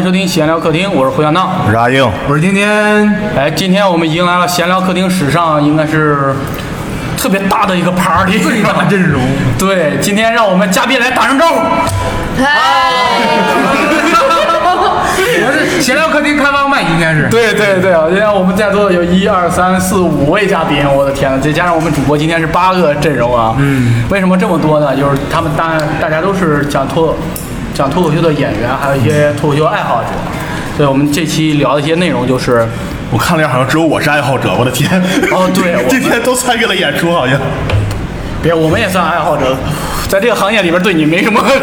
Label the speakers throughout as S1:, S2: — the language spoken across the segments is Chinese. S1: 收听闲聊客厅，我是胡小闹。
S2: 我是阿英，
S3: 我是今天
S1: 哎，今天我们迎来了闲聊客厅史上应该是特别大的一个 party，
S3: 最大阵容，
S1: 对，今天让我们嘉宾来打声招呼。
S3: 哎我是闲聊客厅开放麦，应该是。
S1: 对对对啊！今天我们在座有一二三四五位嘉宾，我的天呐，再加上我们主播今天是八个阵容啊。嗯。为什么这么多呢？就是他们大大家都是讲脱讲脱口秀的演员，还有一些脱口秀爱好者。所以我们这期聊的一些内容就是，
S2: 我看了一下，好像只有我是爱好者，我的天！
S1: 哦对 我们
S2: 今天都参与了演出，好像。
S1: 别，我们也算爱好者，在这个行业里边对你没什么。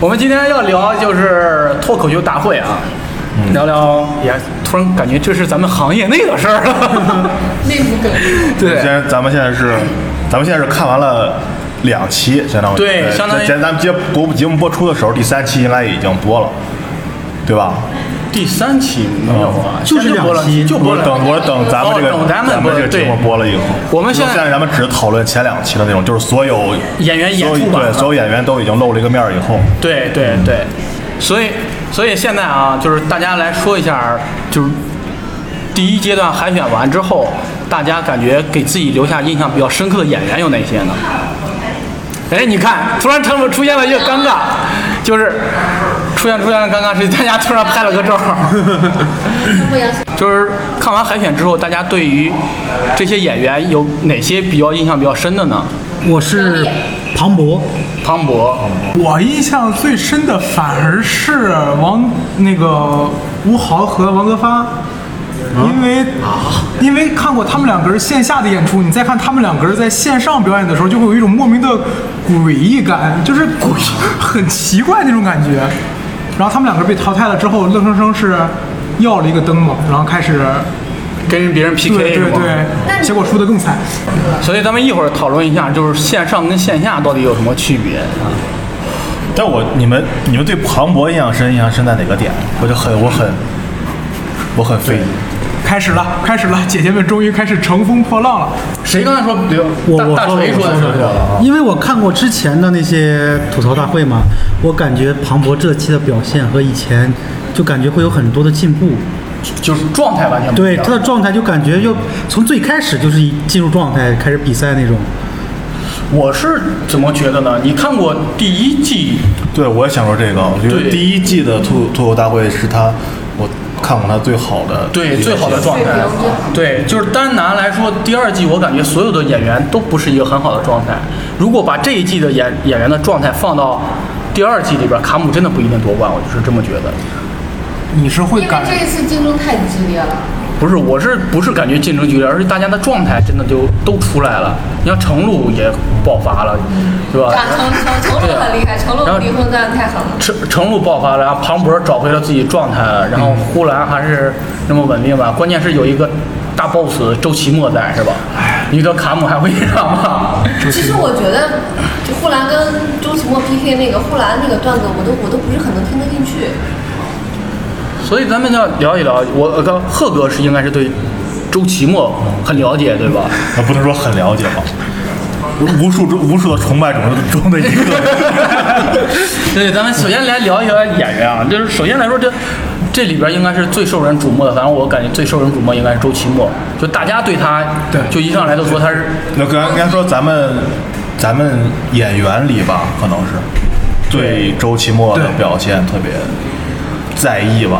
S1: 我们今天要聊就是脱口秀大会啊，
S2: 嗯
S1: 聊聊也突然感觉这是咱们行业内的事儿了。
S4: 内部 梗，
S2: 现在咱们现在是，咱们现在是看完了两期，相当于呃
S1: 对相当于
S2: 咱咱们节国节目播出的时候，第三期应该已经播了，对吧？
S1: 第三期没有啊，
S3: 就是
S1: 咱播了
S3: 两期
S1: 就播
S2: 我
S1: 了。
S2: 等我等咱们这个、
S1: 哦等咱们
S2: 咱们这
S1: 播
S2: 个节目
S1: 对
S2: 播了以后，
S1: 我们现在
S2: 咱们只讨论前两期的内容，就是所有
S1: 演员演
S2: 所有
S1: 出吧
S2: 对，所有演员都已经露了一个面儿以后，
S1: 对对对，所以所以现在啊，就是大家来说一下，就是第一阶段海选完之后，大家感觉给自己留下印象比较深刻的演员有哪些呢？哎，你看，突然他们出现了一个尴尬，就是出现出现了尴尬，是大家突然拍了个照。
S4: 不要
S1: 就是看完海选之后，大家对于这些演员有哪些比较印象比较深的呢？
S3: 我是庞博，
S1: 庞博，
S5: 我印象最深的反而是王那个吴豪和王德发，因为啊因为看过他们两个人线下的演出，你再看他们两个人在线上表演的时候，就会有一种莫名的诡异感，就是诡很奇怪那种感觉。然后他们两个被淘汰了之后，愣生生是要了一个灯嘛，然后开始
S1: 跟别人 PK
S5: 对
S1: 是
S5: 对
S1: 吗？
S5: 对，结果输得更惨。
S1: 所以咱们一会儿讨论一下，就是线上跟线下到底有什么区别？
S2: 但我你们你们对庞博印象深，印象深在哪个点？我就很我很我很费解。
S5: 开始了，开始了，姐姐们终于开始乘风破浪了。
S1: 谁刚才说刘
S6: 我
S1: 大
S6: 我
S1: 大锤说的是吧？
S6: 因为我看过之前的那些吐槽大会嘛，我感觉庞博这期的表现和以前就感觉会有很多的进步，
S1: 就是状态完全不一
S6: 对
S1: 样。
S6: 他的状态就感觉就从最开始就是一进入状态开始比赛那种。
S1: 我是怎么觉得呢？你看过第一季？
S2: 对，我也想说这个，我觉
S1: 对
S2: 得第一季的吐吐口大会是他，我看过他最好的，
S1: 对最好的状态，对，就是单拿来说，第二季我感觉所有的演员都不是一个很好的状态。如果把这一季的演演员的状态放到第二季里边，卡姆真的不一定夺冠，我就是这么觉得。
S5: 你是会
S4: 因为
S5: 感
S4: 这一次竞争太激烈了，
S1: 不是，我是不是感觉竞争剧烈，而是大家的状态真的就都出来了。你像程璐也爆发了，对吧
S4: 对？啊，成成成龙很
S5: 啊
S4: 厉害，成
S1: 然后
S4: 龙离婚干得太狠了。
S1: 程程璐爆发了，然后庞博找回了自己状态了，然后呼兰还是那么稳定吧。关键是有一个大 boss 周奇墨在，是吧？你这卡姆还会让吗？
S4: 其实我觉得，就呼兰跟周奇墨 PK 那个呼兰那个段子，我都我都不是很能听得进 去。
S1: 所以咱们要聊一聊，我呃刚贺哥是应该是对周奇墨很了解，对吧？
S2: 那不能说很了解吧，无无数中无数的崇拜者中的一个。
S1: 对，咱们首先来聊一聊演员啊，就是首先来说这。这里边应该是最受人瞩目的，反正我感觉最受人瞩目应该是周奇墨，就大家对他，
S5: 对
S1: 就一上来都说他是
S2: 那刚应该说咱们咱们演员里吧，可能是对周奇墨的
S5: 对
S2: 表现特别在意吧。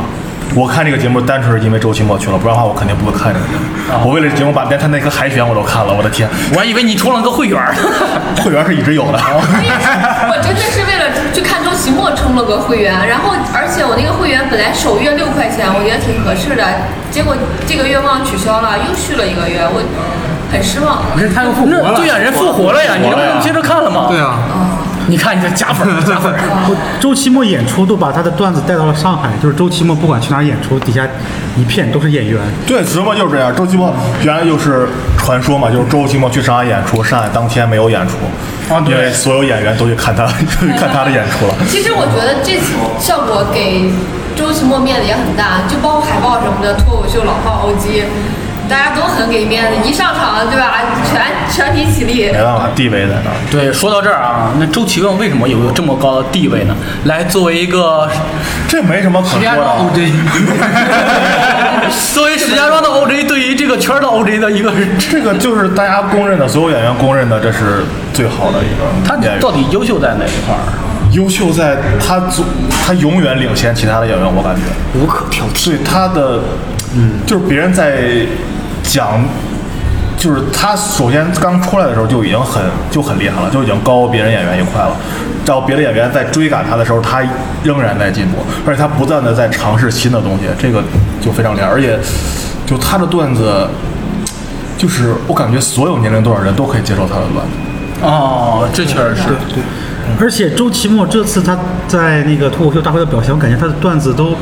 S2: 我看这个节目单纯是因为周奇墨去了，不然的话我肯定不会看这个节目。我为了这节目把连他那个海选我都看了，我的天，
S1: 我还以为你充了个会员儿，
S2: 会员是一直有的。
S7: 哦
S4: 我真的是为了去看周奇墨充了个会员，然后而且我那个会员本来首月六块钱，我觉得挺合适的，结果这个月忘取消了，又续了一个月，我很失望。
S5: 觉他又复活
S1: 那
S5: 了。
S1: 对呀、人复活了呀，你这不能接着看了吗？
S5: 对，啊。
S1: 你看你这假粉儿，假粉儿，
S6: 我周奇墨演出都把他的段子带到了上海，就是周奇墨不管去哪儿演出，底下一片都是演员。
S2: 对，子墨就是这样。周奇墨原来就是传说嘛，就是周奇墨去上海演出，上海当天没有演出，
S1: 啊对
S2: 因为所有演员都去看他， 都去看他的演出了。
S4: 其实我觉得这次效果给周奇墨面子也很大，就包括海报什么的，脱口秀老炮欧基，
S7: 大家都很给面子，一上场对吧，全全体起立
S2: 没。办法，地位在那儿。
S1: 对，说到这儿啊，那周奇墨为什么有这么高的地位呢？来，作为一个
S2: 这没什么可说
S8: 石家
S2: 的
S8: 庄
S2: 啊。
S8: OJ，
S1: 作为石家庄的 OJ 对于这个圈儿的 OJ 的一个
S2: 这个就是大家公认的，所有演员公认的，这是最好的一个
S1: 他
S2: 演员。
S1: 到底优秀在哪一块儿？
S2: 优秀在他总他永远领先其他的演员，我感觉
S1: 无可挑剔。
S2: 对他的，嗯，就是别人在讲，就是他首先刚出来的时候就已经很就很厉害了，就已经高别人演员一块了。然后别的演员在追赶他的时候，他仍然在进步，而且他不断的在尝试新的东西，这个就非常厉害。而且，就他的段子，就是我感觉所有年龄段的人都可以接受他的段子。
S1: 哦，这确实是。
S6: 而且周奇墨这次他在那个脱口秀大会的表现，我感觉他的段子都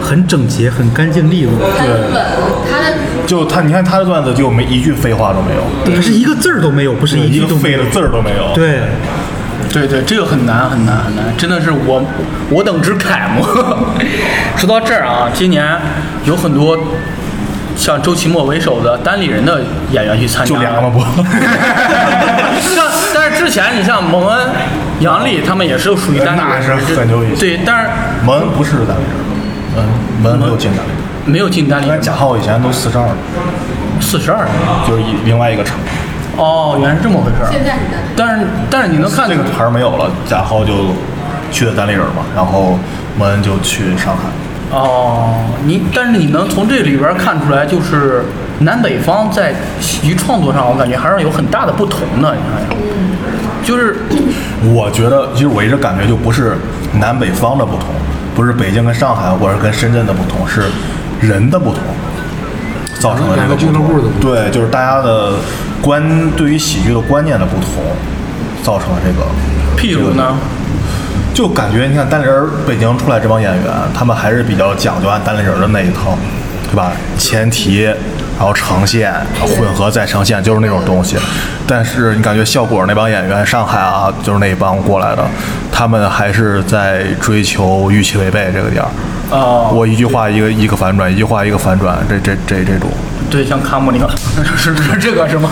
S6: 很整洁、很干净利落，
S7: 他很稳，他的
S2: 就他，你看他的段子就没一句废话都没有，
S6: 他是一个字儿都没有，不是一
S2: 一
S6: 句
S2: 个
S6: 都没
S2: 废
S6: 有
S2: 的。字儿都没有。
S6: 对，
S1: 对对，这个很难很难很难，真的是我我等之楷模。 说到这儿啊，今年有很多像周奇墨为首的单立人的演员去参加，
S2: 就俩吗？不，
S1: 像但是之前你像蒙恩、杨笠他们也是属于单立人，
S2: 那是很牛逼
S1: 对，但是
S2: 门不是单立人，嗯，门没有进单立人。
S1: 没有进单立
S2: 因为
S1: 人，
S2: 贾浩以前都四十二，
S1: 四十二。
S2: 就是一另外一个厂，
S1: 哦，原来是这么回事
S7: 现
S1: 儿。
S7: 在很难。
S1: 但是但是你能看
S2: 这个牌儿没有了，贾浩就去的单立人嘛，然后蒙恩就去上海。
S1: 哦，你但是你能从这里边看出来，就是南北方在喜剧创作上，我感觉还是有很大的不同的。你看，就是
S2: 我觉得，其实我一直感觉就不是南北方的不同，不是北京跟上海或者跟深圳的不同，是人的不同造成了这
S8: 两
S2: 个
S8: 个俱乐部的不
S2: 不同对，就是大家的观对于喜剧的观念的不同，造成了这个。
S1: 譬如呢，
S2: 就感觉你看单立人儿北京出来这帮演员，他们还是比较讲究按单立人儿的那一套，对吧？前提，然后呈现，混合再呈现，就是那种东西。但是你感觉效果那帮演员，上海啊，就是那帮过来的，他们还是在追求预期违背这个点儿。
S1: 哦
S2: 我一句话一个一个反转，一句话一个反转，这这这这种。
S1: 对，像卡姆林，是是这个是吗？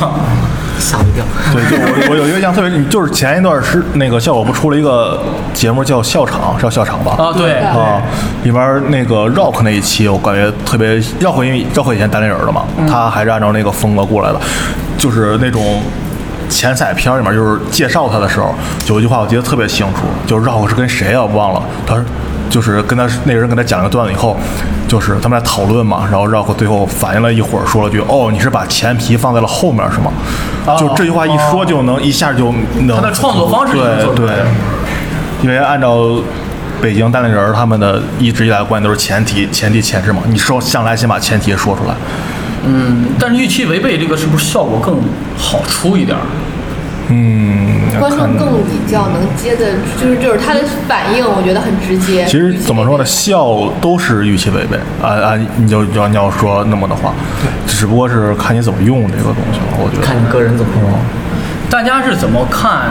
S9: 吓我一跳。
S2: 对，就我我有一个印象特别，你就是前一段是那个效果不出了一个节目叫《笑场》，是叫《笑场》吧？
S1: 啊，对，
S2: 啊，里边儿那个 Rock 那一期，我感觉特别 Rock，因为 Rock 以前单立人的嘛，
S1: 嗯
S2: 他还是按照那个风格过来的，就是那种前彩片儿里面，就是介绍他的时候有一句话我记得特别清楚，就是 Rock 是跟谁啊忘了，他是就是跟他那个人跟他讲了个段子以后，就是他们在讨论嘛，然后 Rock 最后反应了一会儿，说了句：“哦，你是把前皮放在了后面是吗？”就这句话一说就能一下就能
S1: 哦他的创作方式就能做
S2: 对
S1: 出
S2: 对
S1: 来了。
S2: 因为按照北京单立人儿他们的一直以来的观念都是前提、前提、前置嘛，你说向来先把前提说出来，
S1: 嗯，但是预期违背这个是不是效果更好出一点儿？
S7: 观众更比较能接的，就是就是他的反应，我觉得很直接。
S2: 其实怎么说呢，笑都是预期违背啊啊！你就要你要说那么的话，只不过是看你怎么用这个东西了。我觉得
S9: 看你个人怎么用。
S1: 大家是怎么看？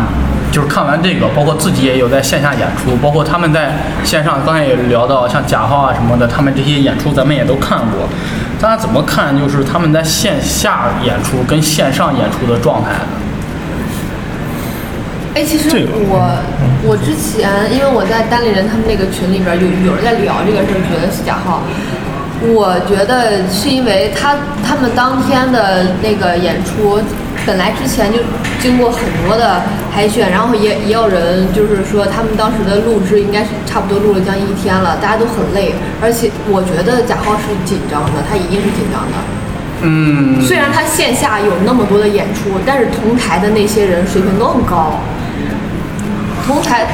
S1: 就是看完这个，包括自己也有在线下演出，包括他们在线上，刚才也聊到像贾浩啊什么的，他们这些演出咱们也都看过。大家怎么看？就是他们在线下演出跟线上演出的状态呢？
S7: 哎，其实
S2: 这个嗯
S7: 我我之前，因为我在单立人他们那个群里边儿有有人在聊这个事儿，觉得是贾浩。我觉得是因为他他们当天的那个演出，本来之前就经过很多的海选，然后也也有人就是说他们当时的录制应该是差不多录了将近一天了，大家都很累，而且我觉得贾浩是紧张的，他一定是紧张的。
S1: 嗯，
S7: 虽然他线下有那么多的演出，但是同台的那些人水平都很高，同台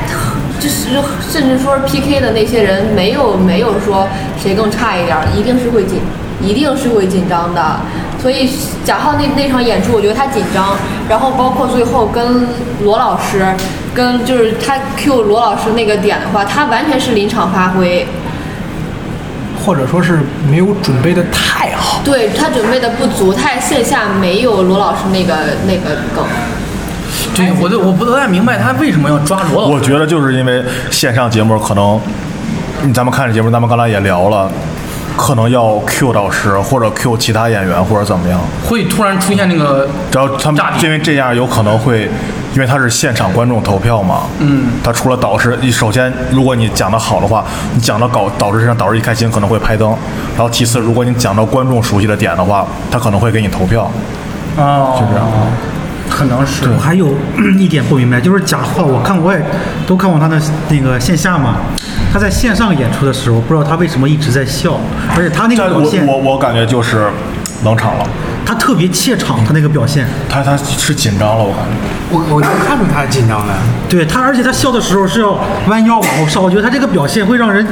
S7: 就是甚至说 PK 的那些人，没有没有说谁更差一点儿，一定是会紧，一定是会紧张的。所以贾浩那那场演出，我觉得他紧张，然后包括最后跟罗老师，跟就是他 Q 罗老师那个点的话，他完全是临场发挥。
S5: 或者说是没有准备的太好。
S7: 对他准备的不足，他线下没有罗老师那个那个梗。
S1: 对，哎我就我不太明白他为什么要抓罗老
S2: 我
S1: 师。
S2: 觉得就是因为线上节目可能，嗯咱们看这节目，咱们刚才也聊了，可能要 Q 导师或者 Q 其他演员或者怎么样，
S1: 会突然出现那个
S2: 然后他们
S1: 炸地
S2: 因为这样有可能会，因为他是现场观众投票嘛，嗯，他除了导师，你首先如果你讲的好的话，你讲到搞导师身上，导师一开心可能会拍灯，然后其次如果你讲到观众熟悉的点的话，他可能会给你投票，
S1: 哦，
S2: 就这样。
S1: 可能是
S6: 我还有 一点不明白，就是假话，我看我也都看过他的那个线下嘛，他在线上演出的时候，不知道他为什么一直在笑，而且他那
S2: 这
S6: 个表现，
S2: 我我我感觉就是冷场了，
S6: 他特别怯场，他那个表现，
S2: 他他是紧张了，我感觉。
S10: 我我能看出他紧张来。
S6: 对他，而且他笑的时候是要弯腰往后稍，我觉得他这个表现会让人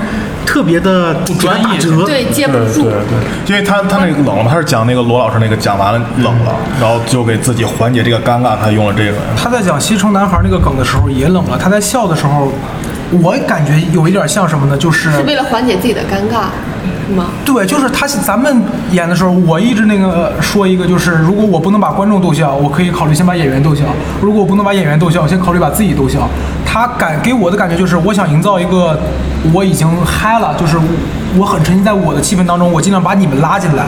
S6: 特别的不
S1: 专业
S6: 打折，
S7: 对，接不
S2: 对
S7: 住
S2: 对。对，因为他他那个冷了，他是讲那个罗老师那个讲完了冷了，然后就给自己缓解这个尴尬，他用了这个。
S5: 他在讲西城男孩那个梗的时候也冷了，他在笑的时候，我感觉有一点像什么呢？就是
S7: 是为了缓解自己的尴尬，是吗？
S5: 对，就是他是咱们演的时候，我一直那个说一个，就是如果我不能把观众逗笑，我可以考虑先把演员逗笑；如果我不能把演员逗笑，我先考虑把自己逗笑。他感给我的感觉就是，我想营造一个我已经嗨了，就是我很沉浸在我的气氛当中，我尽量把你们拉进来，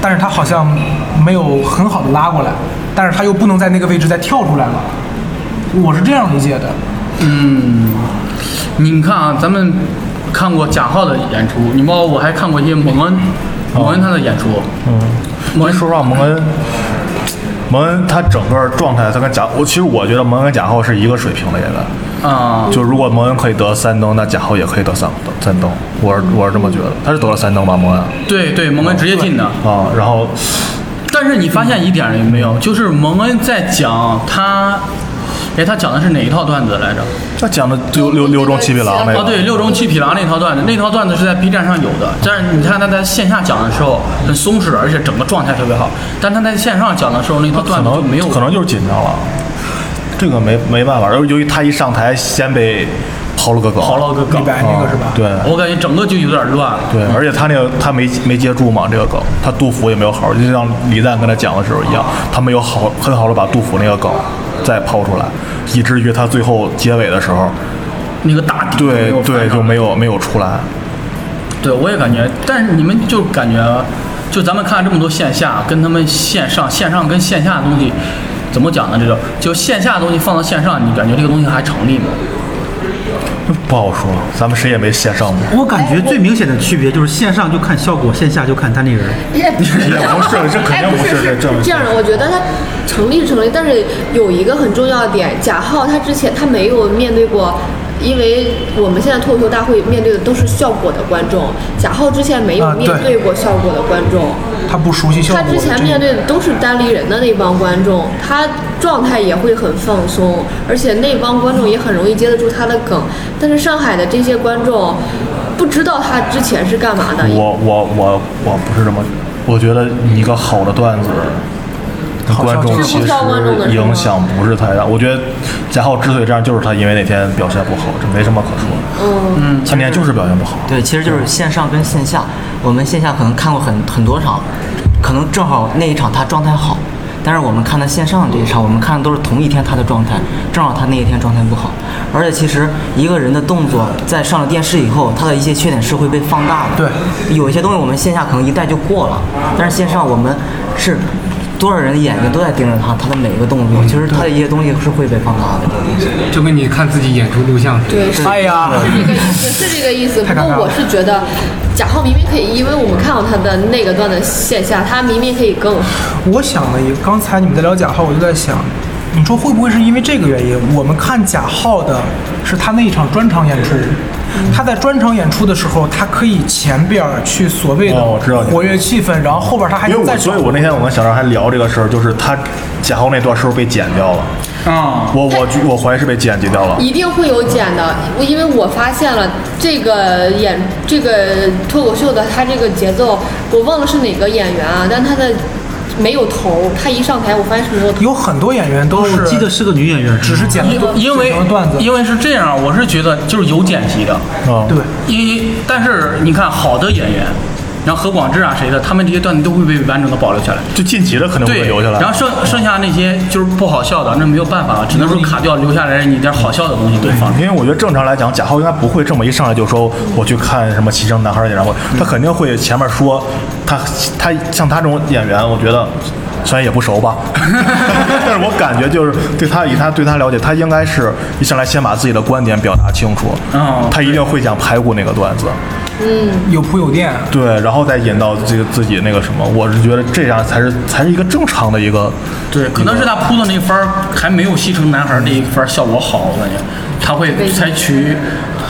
S5: 但是他好像没有很好的拉过来，但是他又不能在那个位置再跳出来了，我是这样理解的。
S1: 嗯你看啊，咱们看过贾浩的演出，你包括我还看过一些蒙恩，
S2: 哦
S1: 蒙恩他的演出，嗯，蒙恩
S2: 说实话，蒙恩，蒙恩他整个状态，他跟贾，我其实我觉得蒙恩跟贾浩是一个水平的演员。
S1: 啊，
S2: 就如果蒙恩可以得三灯，那贾浩也可以得三三灯，我是我是这么觉得。他是得了三灯吧，蒙恩
S1: 对对，蒙恩直接进的。
S2: 啊，然后
S1: 但是你发现一点儿也没
S2: 嗯
S1: 有，就是蒙恩在讲他，哎，他讲的是哪一套段子来着？
S2: 他讲的就六六中七匹狼那个，
S1: 啊，对，六中七匹狼那套段子，那套段子是在 B 站上有的。但是你看他在线下讲的时候很松弛，而且整个状态特别好。但他在线上讲的时候，那套
S2: 可
S1: 段子就
S2: 能
S1: 没有。
S2: 可能就是紧张了，这个没没办法。由由于他一上台先被刨了个梗，啊
S1: 刨了个梗
S5: 李，白那个是吧？
S2: 对
S1: 我感觉整个就有点乱了。
S2: 对，而且他那个他没没接住嘛，这个梗，他杜甫也没有好，就像李诞跟他讲的时候一样，他没有好很好的把杜甫那个梗再抛出来，以至于他最后结尾的时候，
S1: 那个大底
S2: 对
S1: 没有翻
S2: 对
S1: 上
S2: 就没有没有出来。
S1: 对，我也感觉，但是你们就感觉，就咱们看了这么多线下，跟他们线上，线上跟线下的东西，怎么讲呢？这个就线下的东西放到线上，你感觉这个东西还成立吗？
S2: 不好说，咱们谁也没线上过，
S6: 我感觉最明显的区别就是线上就看效果，线下就看他那人。
S7: 也不是，
S2: 也不是这肯定
S7: 哎
S2: 不
S7: 不
S2: 是这
S7: 是
S2: 这不是
S7: 这样的。我觉得他成立是成立，但是有一个很重要的点，贾浩他之前他没有面对过。因为我们现在脱口秀大会面对的都是效果的观众，贾浩之前没有
S5: 啊
S7: 面
S5: 对
S7: 对过效果的观众，
S5: 他不熟悉效
S7: 他
S5: 果。
S7: 之前
S5: 这
S7: 面对的都是单立人的那帮观众，他状态也会很放松，而且那帮观众也很容易接得住他的梗。但是上海的这些观众不知道他之前是干嘛的，
S2: 我我我我不是这么觉得，我觉得你一个好的段子。观众其实影响不是太大，我觉得贾浩之所以这样，就是他因为那天表现不好，这没什么可说的。嗯，他那天就是表现不好。
S11: 对，其实就是线上跟线下，我们线下可能看过很很多场，可能正好那一场他状态好，但是我们看他线上这一场，我们看的都是同一天他的状态，正好他那一天状态不好。而且其实一个人的动作在上了电视以后，他的一些缺点是会被放大的。对，有一些东西我们线下可能一带就过了，但是线上我们是。多少人的眼睛都在盯着他，他的每一个动作，其实他的一些东西是会被放大的。
S10: 就跟你看自己演出录像似的。
S7: 对，是
S5: 哎呀，
S7: 这个意思，是这个意思。不过我是觉得，贾浩明明可以，因为我们看到他的那个段的线下，他明明可以更
S5: 我想了一个，刚才你们在聊贾浩，我就在想，你说会不会是因为这个原因？我们看贾浩的是他那一场专场演出，他在专场演出的时候，他可以前边儿去所谓的
S2: 哦我知道你
S5: 活跃气氛，然后后边儿他还
S2: 因为
S5: 能
S2: 我
S5: 哎再
S2: 所以，
S5: 找
S2: 我那天我跟小张还聊这个事儿，就是他贾浩那段是不是被剪掉了？
S1: 啊、
S2: 我我我怀疑是被剪辑掉了。
S7: 一定会有剪的，我因为我发现了这个演这个脱口秀的他这个节奏，我忘了是哪个演员啊，但他的没有头儿，他一上台我发现是没有头儿。
S5: 有很多演员都
S6: 我
S5: 是，
S6: 记得是个女演员，
S5: 只是剪了段
S1: 因为
S5: 剪了段子，
S1: 因为是这样，我是觉得就是有剪辑的，
S2: 啊，
S5: 对，
S1: 因但是你看好的演员，然后何广智啊谁的，他们这些段子都会被完整的保留下来。
S2: 就晋级的肯定会
S1: 对，
S2: 留下来。
S1: 然后剩剩下那些就是不好笑的，那没有办法了，只能说卡掉，留下来你点好笑的东西给放出
S2: 因为我觉得正常来讲，贾浩应该不会这么一上来就说我去看什么《齐声男孩》的演唱会，他肯定会前面说他他像他这种演员，我觉得虽然也不熟 吧，但是我感觉就是对他以他对他了解，他应该是一上来先把自己的观点表达清楚，
S1: 嗯
S2: 他一定会讲排骨那个段子，
S5: 有铺有垫，
S2: 对，然后再引到这个自己那个什么，我是觉得这样才是才是一个正常的一个
S1: 对，可能是他铺的那番儿还没有《西城男孩》那一番儿效果好，我感觉他会采取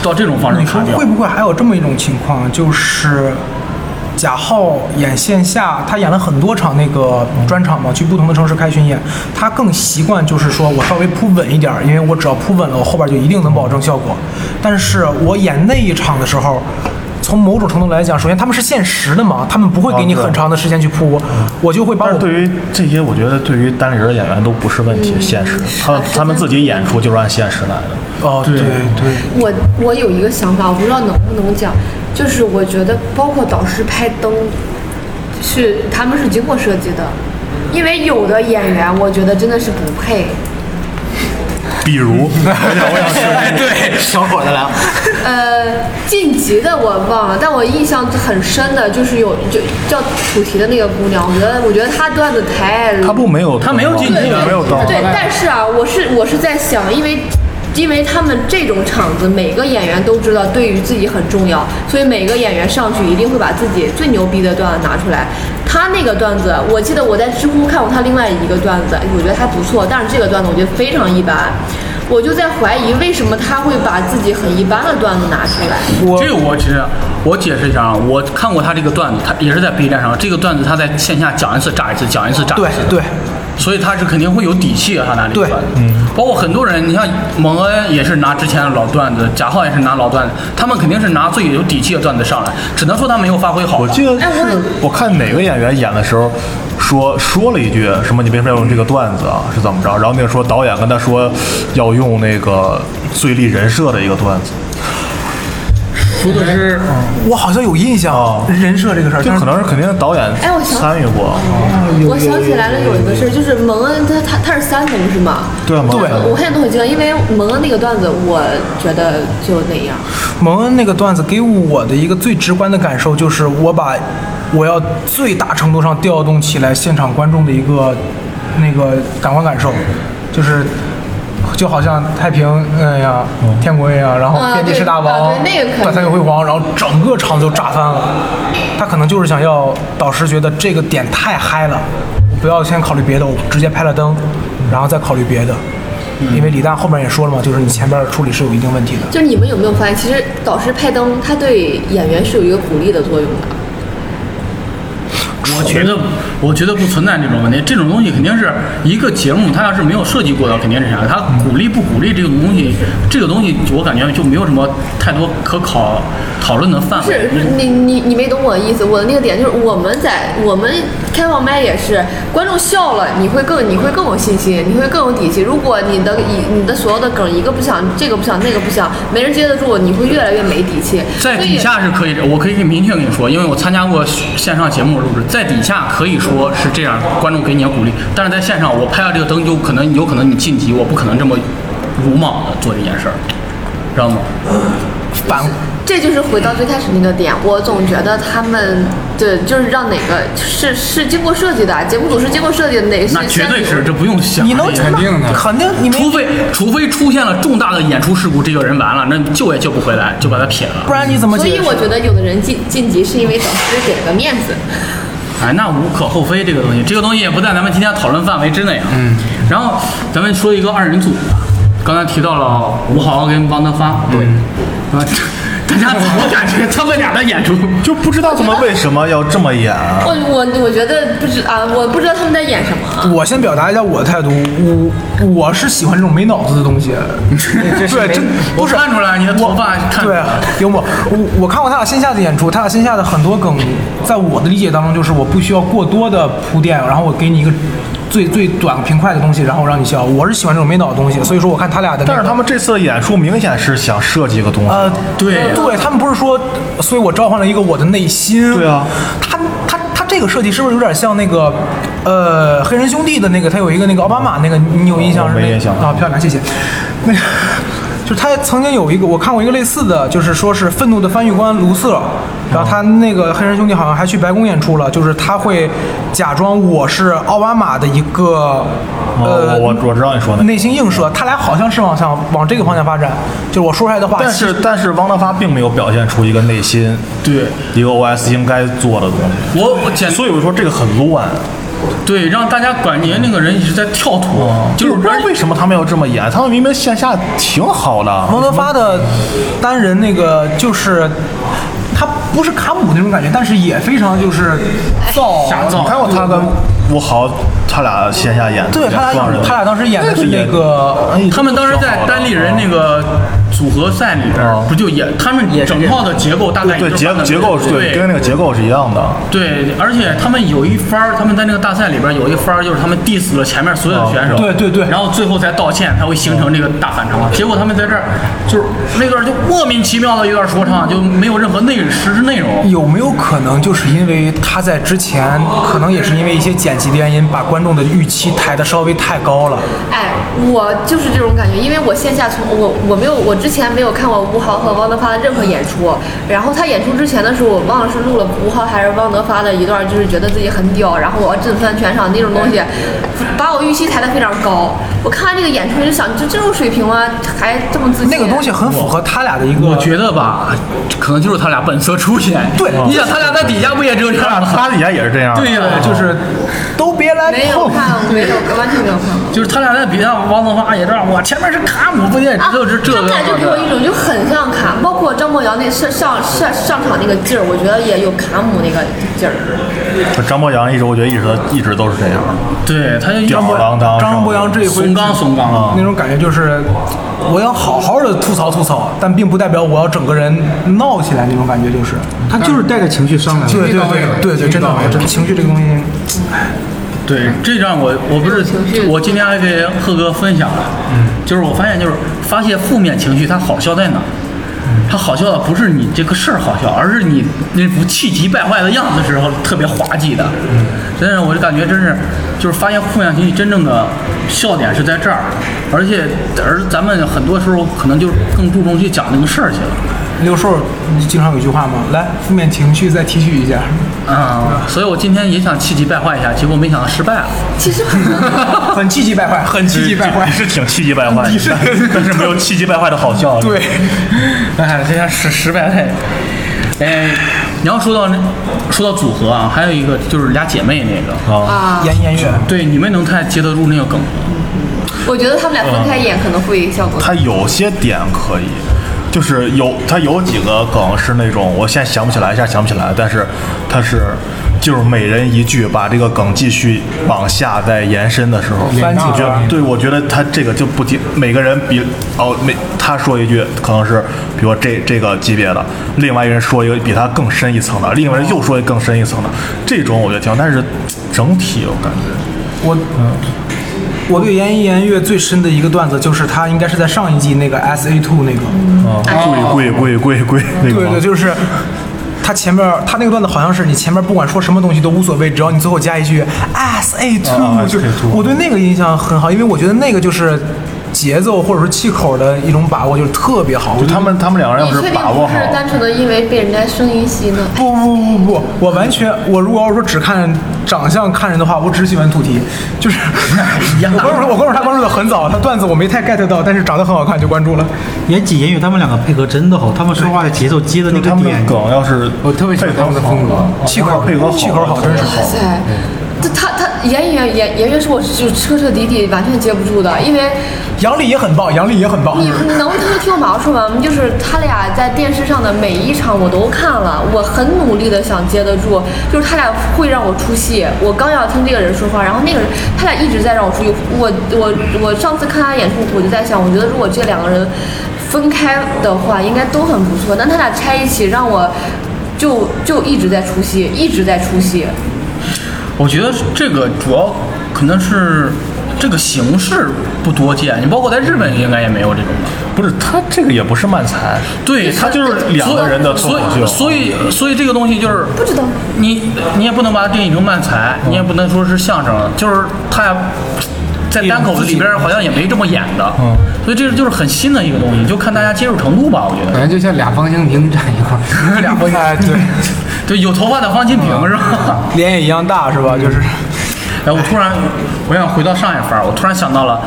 S1: 到这种方式
S5: 你说
S1: 卡掉
S5: 嗯会。不会还有这么一种情况，就是贾浩演线下，他演了很多场那个专场嘛，去不同的城市开巡演，他更习惯就是说我稍微铺稳一点儿，因为我只要铺稳了，我后边就一定能保证效果。但是我演那一场的时候。从某种程度来讲，首先他们是限时的嘛，他们不会给你
S2: 啊对
S5: 很长的时间去铺，我就会把
S2: 嗯但
S5: 我
S2: 是对于这些，我觉得对于单立人的演员都不是问题，现实，他他们自己演出就是按现实来的。
S5: 哦，对对，
S7: 我我有一个想法，我不知道能不能讲，就是我觉得包括导师拍灯，是他们是经过设计的，因为有的演员我觉得真的是不配。
S2: 比 如，
S11: 对，小伙子来了，
S7: 呃，晋级的我忘了，但我印象很深的就是有就叫菩提的那个姑娘，我觉得我觉得她段子太
S2: 他不没有，
S1: 他没有进去
S7: 对
S1: 啊
S2: 没有灯。
S7: 对，但是啊，我是我是在想，因为。因为他们这种场子，每个演员都知道对于自己很重要，所以每个演员上去一定会把自己最牛逼的段子拿出来。他那个段子，我记得我在知乎看过他另外一个段子，我觉得还不错，但是这个段子我觉得非常一般，我就在怀疑为什么他会把自己很一般的段子拿出来。
S1: 这个我其实我解释一下啊，我看过他这个段子，他也是在 B 站上，这个段子他在线下讲一次炸一次，讲一次炸一
S5: 对
S1: 次。
S5: 对，
S1: 所以他是肯定会有底气啊的，他拿这个
S5: 对
S1: 段子，嗯，包括很多人，你像蒙恩也是拿之前的老段子，贾浩也是拿老段子，他们肯定是拿最有底气的段子上来，只能说他没有发挥好吧。
S2: 我记得是我看哪个演员演的时候。说说了一句什么？你为什么要用这个段子啊？是怎么着？然后那个说导演跟他说要用那个最立人设的一个段子，嗯
S5: 我好像有印象
S2: 哦
S5: 人设这个事儿，
S2: 就
S5: 但
S2: 可
S5: 是
S2: 能是肯定导演
S7: 哎我想
S2: 参与过，
S7: 我想起来了，有一个事儿，就是蒙恩他他他是三蒙是吗？
S2: 对吗？
S7: 我我现在都很记得，因为蒙恩那个段子，我觉得就那样。
S5: 蒙恩那个段子给我的一个最直观的感受就是，我把我要最大程度上调动起来现场观众的一个那个感官感受，就是就好像太平哎呀、天国一样，然后
S7: 啊
S5: 遍地是大王，
S7: 对啊对那个可以
S5: 短三有辉煌，然后整个场就炸翻了。他可能就是想要导师觉得这个点太嗨了，我不要先考虑别的，我直接拍了灯，然后再考虑别的。因为李诞后面也说了嘛，就是你前边的处理是有一定问题的。
S7: 就是你们有没有发现，其实导师派灯，他对演员是有一个鼓励的作用的。
S1: 我觉得，我觉得不存在这种问题。这种东西肯定是一个节目，它要是没有设计过的，肯定是啥？它鼓励不鼓励这种东西，这个东西我感觉就没有什么太多可考讨论的范围
S7: 是。是，你你你没懂我意思。我的那个点就是，我们在我们开放麦也是，观众笑了，你会更你会更有信心，你会更有底气。如果你的你你的所有的梗一个不想，这个不想，那个不想，没人接得住，你会越来越没底气。
S1: 在
S7: 所以
S1: 底下是可以，我可以明确跟你说，因为我参加过线上节目录制，在底下可以说是这样，观众给你的鼓励。但是在线上，我拍了这个灯，就可能有可能你晋级，我不可能这么鲁莽的做这件事儿，知道吗？
S5: 反
S7: 这就是回到最开始那个点，我总觉得他们对，就是让哪个是是经过设计的啊，节目组是经过设计的，哪个
S1: 那绝对是，这不用想。
S5: 你能
S1: 这个
S5: 肯定的，肯定你
S1: 除
S5: 没，
S1: 非除非出现了重大的演出事故，这个人完了，那救也救不回来，就把他撇了。
S5: 不然你怎么
S7: 所
S5: 解
S7: 以
S5: 释？
S7: 我觉得有的人晋晋级是因为导师给了个面子。
S1: 哎，那无可厚非，这个东西，这个东西也不在咱们今天讨论范围之内啊。嗯。然后咱们说一个二人组吧，刚才提到了吴豪跟王德发，
S2: 嗯
S1: 对，啊， 大家怎么 感觉他们俩的演出？
S2: 就不知道他们为什么要这么演啊、
S7: 我我我觉得不知啊，我不知道他们在演什么。啊
S5: 我先表达一下我的态度，我我是喜欢这种没脑子的 东西。对，这
S1: 我看出来你的头发看出
S5: 对
S1: 来
S5: 啊，幽默。我我看过他俩线下的演出，他俩线下的很多梗，在我的理解当中，就是我不需要过多的铺垫，然后我给你一个最最短平快的东西，然后让你笑。我是喜欢这种没脑的东西，所以说我看他俩的、那个。
S2: 但是他们这次的演出明显是想设计一个东西。哦
S5: 呃，对，对他们不是说，所以我召唤了一个我的内心。
S2: 对啊，
S5: 他他他这个设计是不是有点像那个，呃，黑人兄弟的那个？他有一个那个奥巴马那个，你有印象是那
S2: 我没印象
S5: 啊？漂亮，谢谢。那个 就是他曾经有一个，我看过一个类似的，就是说是愤怒的翻译官卢瑟，然后他那个黑人兄弟好像还去白宫演出了，就是他会假装我是奥巴马的一个，
S2: 哦
S5: 呃，
S2: 我我我知道你说的。
S5: 内心映射，他俩好像是往上往这个方向发展，就是我说出来的话，
S2: 但是但是汪德发并没有表现出一个内心，
S1: 对，
S2: 一个 OS 应该做的东西，
S1: 我我简
S2: 所以我说这个很乱。
S1: 对让大家感觉那个人一直在跳脱，
S5: 哦
S1: 就是
S2: 哦不知道为什么他们要这么演，他们明明线下挺好的。
S5: 蒙德发的单人那个就是，他不是卡姆那种感觉，但是也非常就是燥
S1: 瞎造
S2: 你看过他跟吴豪他俩线下演的，
S5: 对他
S2: 演双
S5: 俩
S2: 人
S5: 他俩当时演的是那个，
S2: 哎
S1: 他们当时在单立人那个组合赛里边儿
S2: 哦，
S1: 不就也他们整套的结构大概
S2: 对
S1: 也就
S2: 结
S1: 是
S2: 结构是对
S1: 对
S2: 跟那个结构是一样的。
S1: 对，而且他们有一番儿，他们在那个大赛里边儿有一番儿，就是他们 diss 了前面所有的选手，
S5: 对对对
S1: 然后最后才道歉，才会形成这个大反常。结果他们在这儿就是那段就莫名其妙的一段说唱，就没有任何内实质内容。
S5: 有没有可能就是因为他在之前，可能也是因为一些剪辑的原因，把观众的预期抬得稍微太高了？
S7: 哎，我就是这种感觉，因为我线下从我我没有我之前没有看过吴豪和汪德发的任何演出，然后他演出之前的时候，我忘了是录了吴豪还是汪德发的一段，就是觉得自己很屌，然后我要震翻全场那种东西，把我预期抬得非常高。我看完这个演出就想，就这种水平吗？还这么自信？
S5: 那个东西很符合他俩的一个，
S1: 我觉得吧，可能就是他俩本色出演。
S5: 对
S1: 你想他俩在底下不也这样吗？啊
S2: 他底下也是这样，
S1: 对呀、
S5: 就是都别来
S7: 没有
S5: 碰。
S7: 看，没 有完全没有看过。
S1: 就是他俩在底下，王德发啊也这样，我前面是卡姆，不也
S7: 啊，
S1: 就是这
S7: 他
S1: 个
S7: 们俩就给我一种就很像卡，包括张博洋那上上上上场那个劲儿，我觉得也有卡姆那个劲儿。
S2: 张博洋一直我觉得一直一直都是这样，
S1: 对，他就一
S2: 吊儿郎当。
S5: 张博洋这一回
S1: 怂刚怂刚啊。
S5: 那种感觉就是，我要好好的吐槽吐槽，但并不代表我要整个人闹起来那种感觉，就是。
S6: 他就是带着情绪上来了。
S5: 对对对对对，真的真的，情绪这个东西，
S1: 对，这让我我不是我今天还给贺哥分享了，就是我发现就是发泄负面情绪，它好笑在哪儿？它好笑的不是你这个事儿好笑，而是你那副气急败坏的样子时候特别滑稽的。真是，我就感觉真是，就是发现负面情绪真正的笑点是在这儿，而且而咱们很多时候可能就是更注重去讲那个事儿去了。
S5: 六兽你经常有句话嘛，来，负面情绪再提取一 下。
S1: 嗯，所以我今天也想气急败坏一下，结果没想到失败了。
S7: 其实很多
S5: 很气急败坏，很气急败坏
S2: 你。是挺气急败坏的，但是没有气急败坏的好 笑。
S5: 对，
S1: 哎，这下失失败太。哎，你要说到那，说到组合啊，还有一个就是俩姐妹那个，
S2: 啊，
S5: 颜颜悦，
S1: 对，你们能太接得住那个梗吗？
S7: 我觉得他们俩分开演可能会效果。
S2: 他有些点可以，就是有他有几个梗是那种我现在想不起来，一下想不起来，但是他是就是每人一句，把这个梗继续往下再延伸的时候，
S5: 翻几
S2: 我觉
S5: 圈
S2: 得对，我觉得他这个就不停，每个人比哦每他说一句可能是比如说这这个级别的，另外一个人说一个比他更深一层的，另外一个人又说一个更深一层的，这种我觉得挺好，但是整体我感觉。
S5: 我。我对颜颜悦最深的一个段子就是他应该是在上一季那个 S A Two 那个，
S2: 啊，贵贵贵贵贵那个
S5: 哦对
S2: 吗
S5: 对，就是他前面他那个段子好像是你前面不管说什么东西都无所谓，只要你最后加一句 S 哦 A
S2: 啊
S5: two，就
S2: SA2
S5: 我对那个印象很好，因为我觉得那个就是节奏或者说气口的一种把握，就是特别好。我
S2: 就
S5: 觉得
S2: 他们他们两个人
S7: 你
S2: 要
S7: 确
S2: 是
S7: 定
S2: 把握
S7: 不
S2: 好
S7: 是，单纯的因为被人家声音吸引呢？
S5: 不不不不，我完全，我如果要是说只看长相看人的话，我只喜欢土提，就是 我关注我关注他关注的很早，他段子我没太 get 到，但是长得很好看就关注了。
S6: 言几言语他们两个配合真的好，他们说话的节奏接的那
S2: 他
S6: 个
S2: 们的
S6: 点，
S2: 梗要是
S5: 我特别喜欢他们的风格气口
S2: 配合好，
S5: 气口好真是
S7: 哇塞，
S2: 嗯
S7: 这他他演演演演员是我就彻彻底底完全接不住的，因为
S5: 杨笠也很棒，杨笠也很棒。
S7: 你能听听我马上说完吗？就是他俩在电视上的每一场我都看了，我很努力的想接得住，就是他俩会让我出戏。我刚要听这个人说话，然后那个人他俩一直在让我出戏。我我我上次看他演出，我就在想，我觉得如果这两个人分开的话，应该都很不错。但他俩拆一起，让我就就一直在出戏，一直在出戏。
S1: 我觉得这个主要可能是这个形式不多见，你包括在日本应该也没有这种吧。
S2: 不是他这个也不是漫才，
S1: 对，
S2: 他就是两个人的
S1: 所
S2: 脱口
S1: 以
S2: 秀，
S1: 所以所以所以这个东西就是
S7: 不知道
S1: 你你也不能把它定义成漫才，你也不能说是相声，就是他也在单口里边好像也没这么演的，嗯，所以这就是很新的一个东西，就看大家接受程度吧，我觉
S3: 感
S1: 得。
S3: 觉就像俩方向屏站一块儿，俩方向对，
S1: 对，有头发的方清平是吧？
S5: 脸也一样大是吧？就是
S1: 哎，我突然，我想回到上一番儿，我突然想到了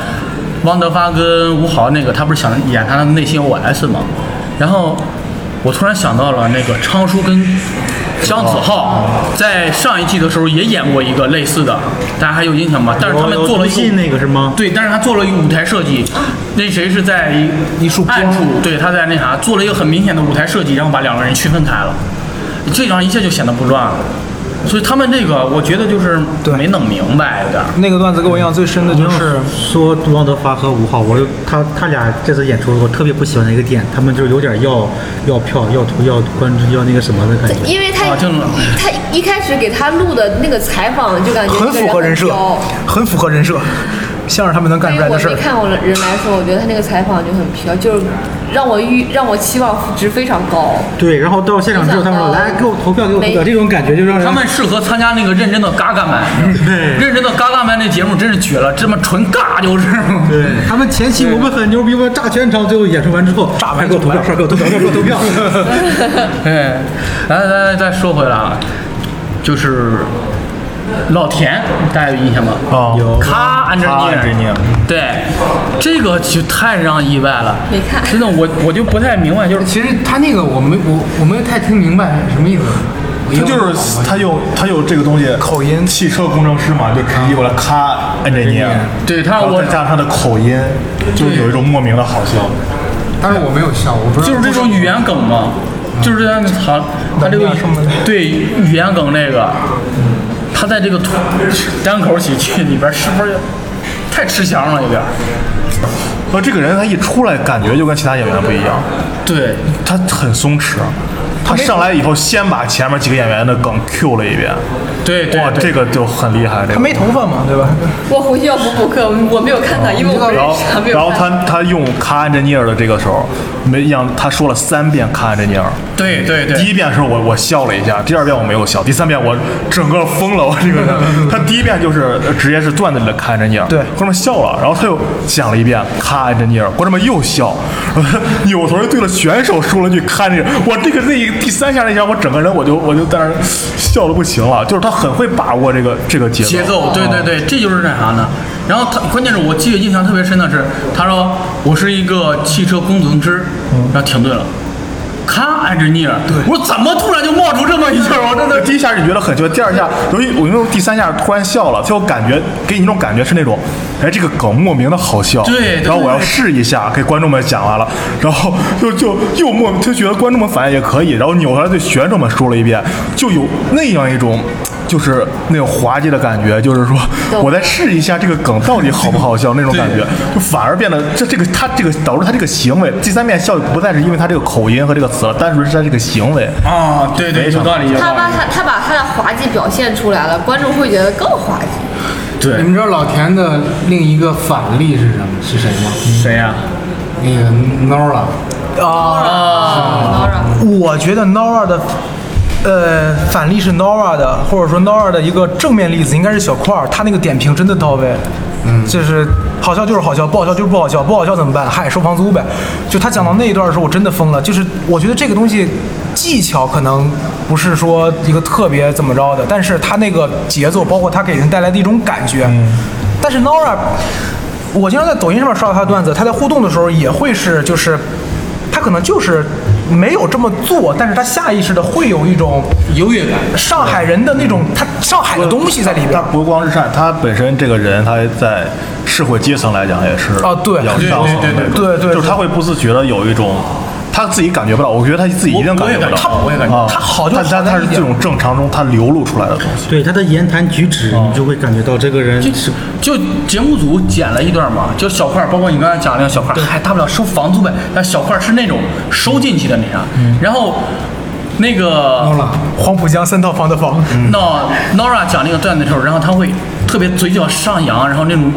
S1: 汪德发跟吴豪那个，他不是想演他的内心 OS 吗？然后我突然想到了那个昌叔跟姜子浩在上一季的时候也演过一个类似的，大家还有印象吗？但是他们做了一
S6: 微信那个是吗？
S1: 对，但是他做了一个舞台设计，那谁是在一一束暗处，对，他在那啥做了一个很明显的舞台设计，然后把两个人区分开了，这样一切就显得不乱了。所以他们这个，我觉得就是没弄明白有点儿。
S5: 那个段子给我印象最深的
S6: 你
S5: 就
S6: 要
S3: 嗯
S5: 是
S6: 说汪德发和吴浩，我就他他俩这次演出，我特别不喜欢的一个点，他们就是有点要要票、要图、要关注、要那个什么的感觉。
S7: 因为他、
S1: 啊这种
S7: 他一开始给他录的那个采访，就感觉
S5: 很
S7: 这
S5: 符
S7: 个
S5: 合人
S7: 很
S5: 设
S7: 飘。，
S5: 很符合人设，像是他们能干
S7: 对
S5: 出来
S7: 哎我
S5: 的事
S7: 没
S5: 儿。
S7: 看过人来说，我觉得他那个采访就很飘，就是让我预让我期望值非常高。
S6: 对，然后到现场之后，他们说哎来给我投票，给我投票，
S7: 没
S6: 这种感觉就让人
S1: 他们适合参加那个认真的嘎嘎麦，认真的嘎嘎麦那节目真是绝了，这么纯尬就是。
S6: 对他们前期我们很牛逼，我们炸全场，最后演出完之后，炸完给我投票，快给我投票，快给我投票。
S1: 哎，来来来，再说回来啊，就是老田，大家有印象吗？
S2: 啊，
S6: 有
S1: 咔，安哲
S2: 他这
S1: 涅，
S2: 念
S1: 对，这个就太让意外了。
S7: 没看
S1: 真的，我我就不太明白，就是
S3: 其实他那个我没我我没有太听明白什么意思，我
S2: 他
S3: 英文
S2: 就
S3: 不好
S2: 是
S3: 我
S2: 他有他有这个东西，
S5: 口音啊
S2: 汽车工程师嘛，就直译过来咔 engineer，
S1: 对他
S2: 然后
S1: 我
S2: 再加上他的口音，就是有一种莫名的好笑。
S3: 但是我没有笑，我不知道
S1: 就是这种语言梗嘛，
S2: 嗯
S1: 就是他他他这个
S5: 能量什么的
S1: 对语言梗这个，
S2: 嗯
S1: 他在这个土单口喜剧里边是不是太吃香了有点儿？
S2: 呃，这个人他一出来，感觉就跟其他演员不一样，
S1: 对，
S2: 他很松弛。他上来以后，先把前面几个演员的梗 Q 了一遍，
S1: 对对
S2: 哇，
S1: 对
S2: 这个就很厉害。这
S5: 他
S2: 个
S5: 没头发嘛，对吧？
S7: 我回去要补补课，我没有看
S5: 哦
S7: 到，因为我不认
S2: 然后
S7: 识他，没有看。
S2: 然后他他用卡安 n 尼尔的这个时候，没让他说了三遍卡安 n 尼尔。
S1: 对对
S2: 第一
S1: 对，
S2: 遍的时候我我笑了一下，第二遍我没有笑，第三遍我整个疯了，我这个人。 他第一遍就是呃直接是段子里的卡安 n 尼尔，
S5: 对
S2: 观众笑了，然后他又讲了一遍卡安 n 尼尔，观众们又笑， 扭头就对着选手说了句卡安 n 尼尔，我这个那一第三下那下我整个人我就我就在那儿笑的不行了，就是他很会把握这个这个节奏。
S1: 节奏，对对对，这就是那啥呢。然后他关键是我记得印象特别深的是，他说我是一个汽车工程师，然后停顿了。咔，安哲尼尔，我说怎么突然就冒出这么一句儿？我真的
S2: 第一下你觉得很绝，第二下，由于我那种第三下突然笑了，就感觉给你一种感觉是那种，哎，这个梗莫名的好笑。
S1: 对对
S2: 然后我要试一下，给观众们讲完了，然后就就又莫就觉得观众们反应也可以，然后扭头来对选手们说了一遍，就有那样一种。就是那种滑稽的感觉，就是说我再试一下这个梗到底好不好笑那种感觉，就反而变得这这个他这个导致他这个行为，第三遍笑不再是因为他这个口音和这个词了，单纯是他这个行为。
S1: 啊，对对，有道理，有
S7: 他
S1: 道
S7: 把
S1: 理。
S7: 他他把他的滑稽表现出来了，观众会觉得更滑稽。
S1: 对
S3: 你们知道老田的另一个反例是什么？是谁吗？
S1: 谁呀、
S3: 那个 Nora，
S5: 我觉得 Nora 的，呃，反例是 Nora 的，或者说 Nora 的一个正面例子应该是小块儿，他那个点评真的到位。嗯，就是好笑就是好笑，不好笑就是不好笑，不好笑怎么办？嗨，收房租呗。就他讲到那一段的时候，我真的疯了。就是我觉得这个东西技巧可能不是说一个特别怎么着的，但是他那个节奏，包括他给人带来的一种感觉。但是 Nora，我经常在抖音上面刷到他的段子，他在互动的时候也会是就是他可能就是没有这么做，但是他下意识的会有一种优越感，上海人的那种他上海的东西在里边
S2: 他。不光是善，他本身这个人，他在社会阶层来讲也是
S5: 啊对
S2: 比较上层的那种
S5: 对对对对对
S2: 就是他会不自觉的有一种。他自己感觉不到，我觉得他自己一定
S1: 我我
S2: 感觉
S1: 也
S2: 不到。
S1: 感觉我也感觉
S2: 啊
S5: 他好就
S2: 但但
S5: 好在
S2: 他
S5: 一
S2: 是
S5: 点
S2: 这种正常中他流露出来的东西。
S6: 对他的言谈举止，
S1: 哦
S6: 你就会感觉到这个人是
S1: 就节目组剪了一段嘛，就小块儿，包括你刚才讲那个小块儿，哎还大不了收房租呗。但小块儿是那种收进去的那啥，然后那个
S5: 黄浦江三套房的房，
S1: 那 Nora 讲那个段子的时候，然后他会特别嘴角上扬，然后那种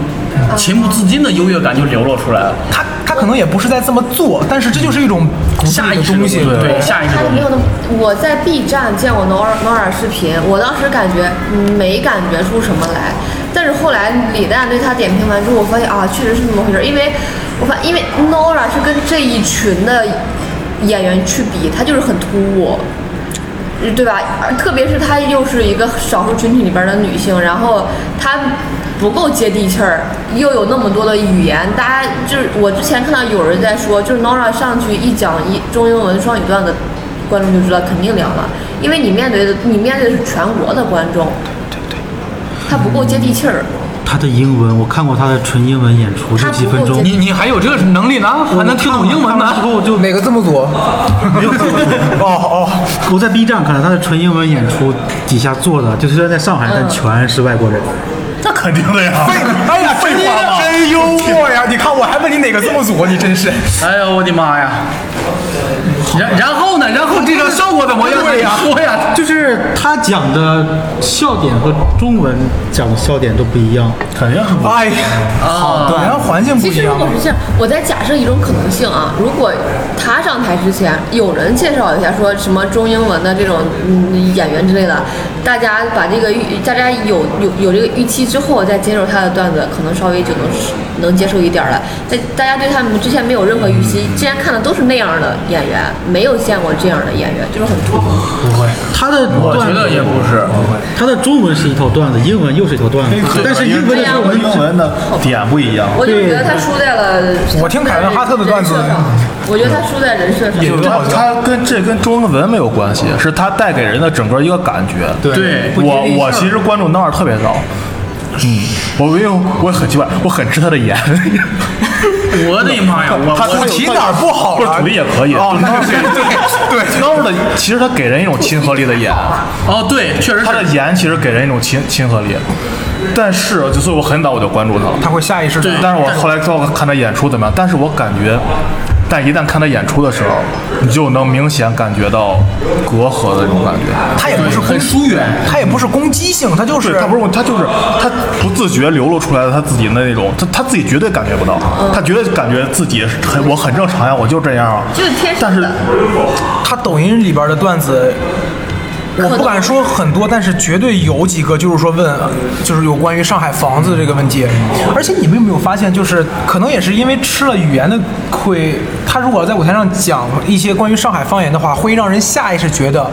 S1: 情不自禁的优越感就流露出来了，
S5: 他他可能也不是在这么做，但是这就是一种骨子
S1: 下
S5: 里
S1: 意
S5: 的
S1: 识
S5: 东西，
S1: 的对下意识
S7: 他
S1: 的
S7: 没有那么，我在 B 站见过挠耳挠耳视频，我当时感觉嗯没感觉出什么来，但是后来李诞对他点评完之后，我发现啊，确实是那么回事儿，因为我发因为挠耳是跟这一群的演员去比，他就是很突兀。对吧？而特别是她又是一个少数群体里边的女性，然后她不够接地气儿，又有那么多的语言，大家就是我之前看到有人在说，就是 Nora 上去一讲一中英文双语段子，观众就知道肯定凉了，因为你面对的你面对的是全国的观众，对对，她不够接地气儿，
S6: 他的英文，我看过他的纯英文演出，就
S7: 他
S6: 几
S7: 不
S6: 分
S7: 够
S6: 钟
S7: 真，
S1: 你你还有这个能力呢，还能听懂英文
S6: 之
S1: 呢？
S6: 后就
S5: 哪个字幕组？哦哦，
S6: 我在 B 站看了他的纯英文演出，底下坐的就是虽然在上海，但全是外国人。
S2: 那肯定的呀。
S5: 哎呀，废
S2: 话嘛
S5: 真幽默呀！你看我还问你哪个字幕组，你真是。
S1: 哎呦我的妈呀！然然后呢？然后这个效果怎么样？
S5: 对呀
S1: 你说呀，
S6: 就是他讲的笑点和中文讲的笑点都不一样。
S2: 肯定是不
S5: 哎呀，好的，然后环境不
S7: 其
S5: 一
S7: 实
S5: 样
S7: 如。果是这样，我在假设一种可能性啊，如果他上台之前有人介绍一下，说什么中英文的这种嗯演员之类的，大家把这个预，大家有有有这个预期之后再接受他的段子，可能稍微就能能接受一点儿了。但大家对他们之前没有任何预期，之前看的都是那样的演员，没有见过这样的演员，就是很突兀。
S6: 他的
S1: 我
S6: 段
S1: 觉得也
S6: 子，
S1: 不是。
S6: 他的中文是一套段子，英文又是一套段子，但是英文的时候我
S2: 和
S6: 们
S2: 英文的点不一样。
S7: 我就是觉得他输在了。
S5: 我听凯文哈特的段子
S7: 人设上，我觉得他输在人设上。
S2: 就是它它跟这跟中文没有关系，是它带给人的整个一个感觉。对
S1: 对
S2: 我我其实关注闹儿特别少，嗯，我因为我很奇怪，我很吃他的颜。
S1: 我的妈呀！我
S2: 他
S1: 我
S2: 他
S5: 提哪儿不好
S2: 不是
S5: 了
S2: 土地也可以
S5: 哦 那是对对
S2: 闹儿的其实他给人一种亲和力的演，
S1: 哦，对，确实是
S2: 他的演其实给人一种亲亲和力，但是就所以我很早我就关注他了。
S5: 他会下意识的。
S2: 但是我后来到看他演出怎么样，但是我感觉，但一旦看他演出的时候，你就能明显感觉到隔阂的这种感觉。
S5: 他也不是攻疏远，他也不是攻击性，他就是
S2: 对他不是，他就是他不自觉流露出来的他自己的那种，他他自己绝对感觉不到，他绝对感觉自己是很我很正常呀，我就这样啊。
S7: 就是天
S2: 但
S7: 生
S2: 是
S7: 的，
S5: 他抖音里边的段子。我不敢说很多，但是绝对有几个，就是说问，就是有关于上海房子这个问题。而且你们有没有发现，就是可能也是因为吃了语言的亏，他如果在舞台上讲一些关于上海方言的话，会让人下意识觉得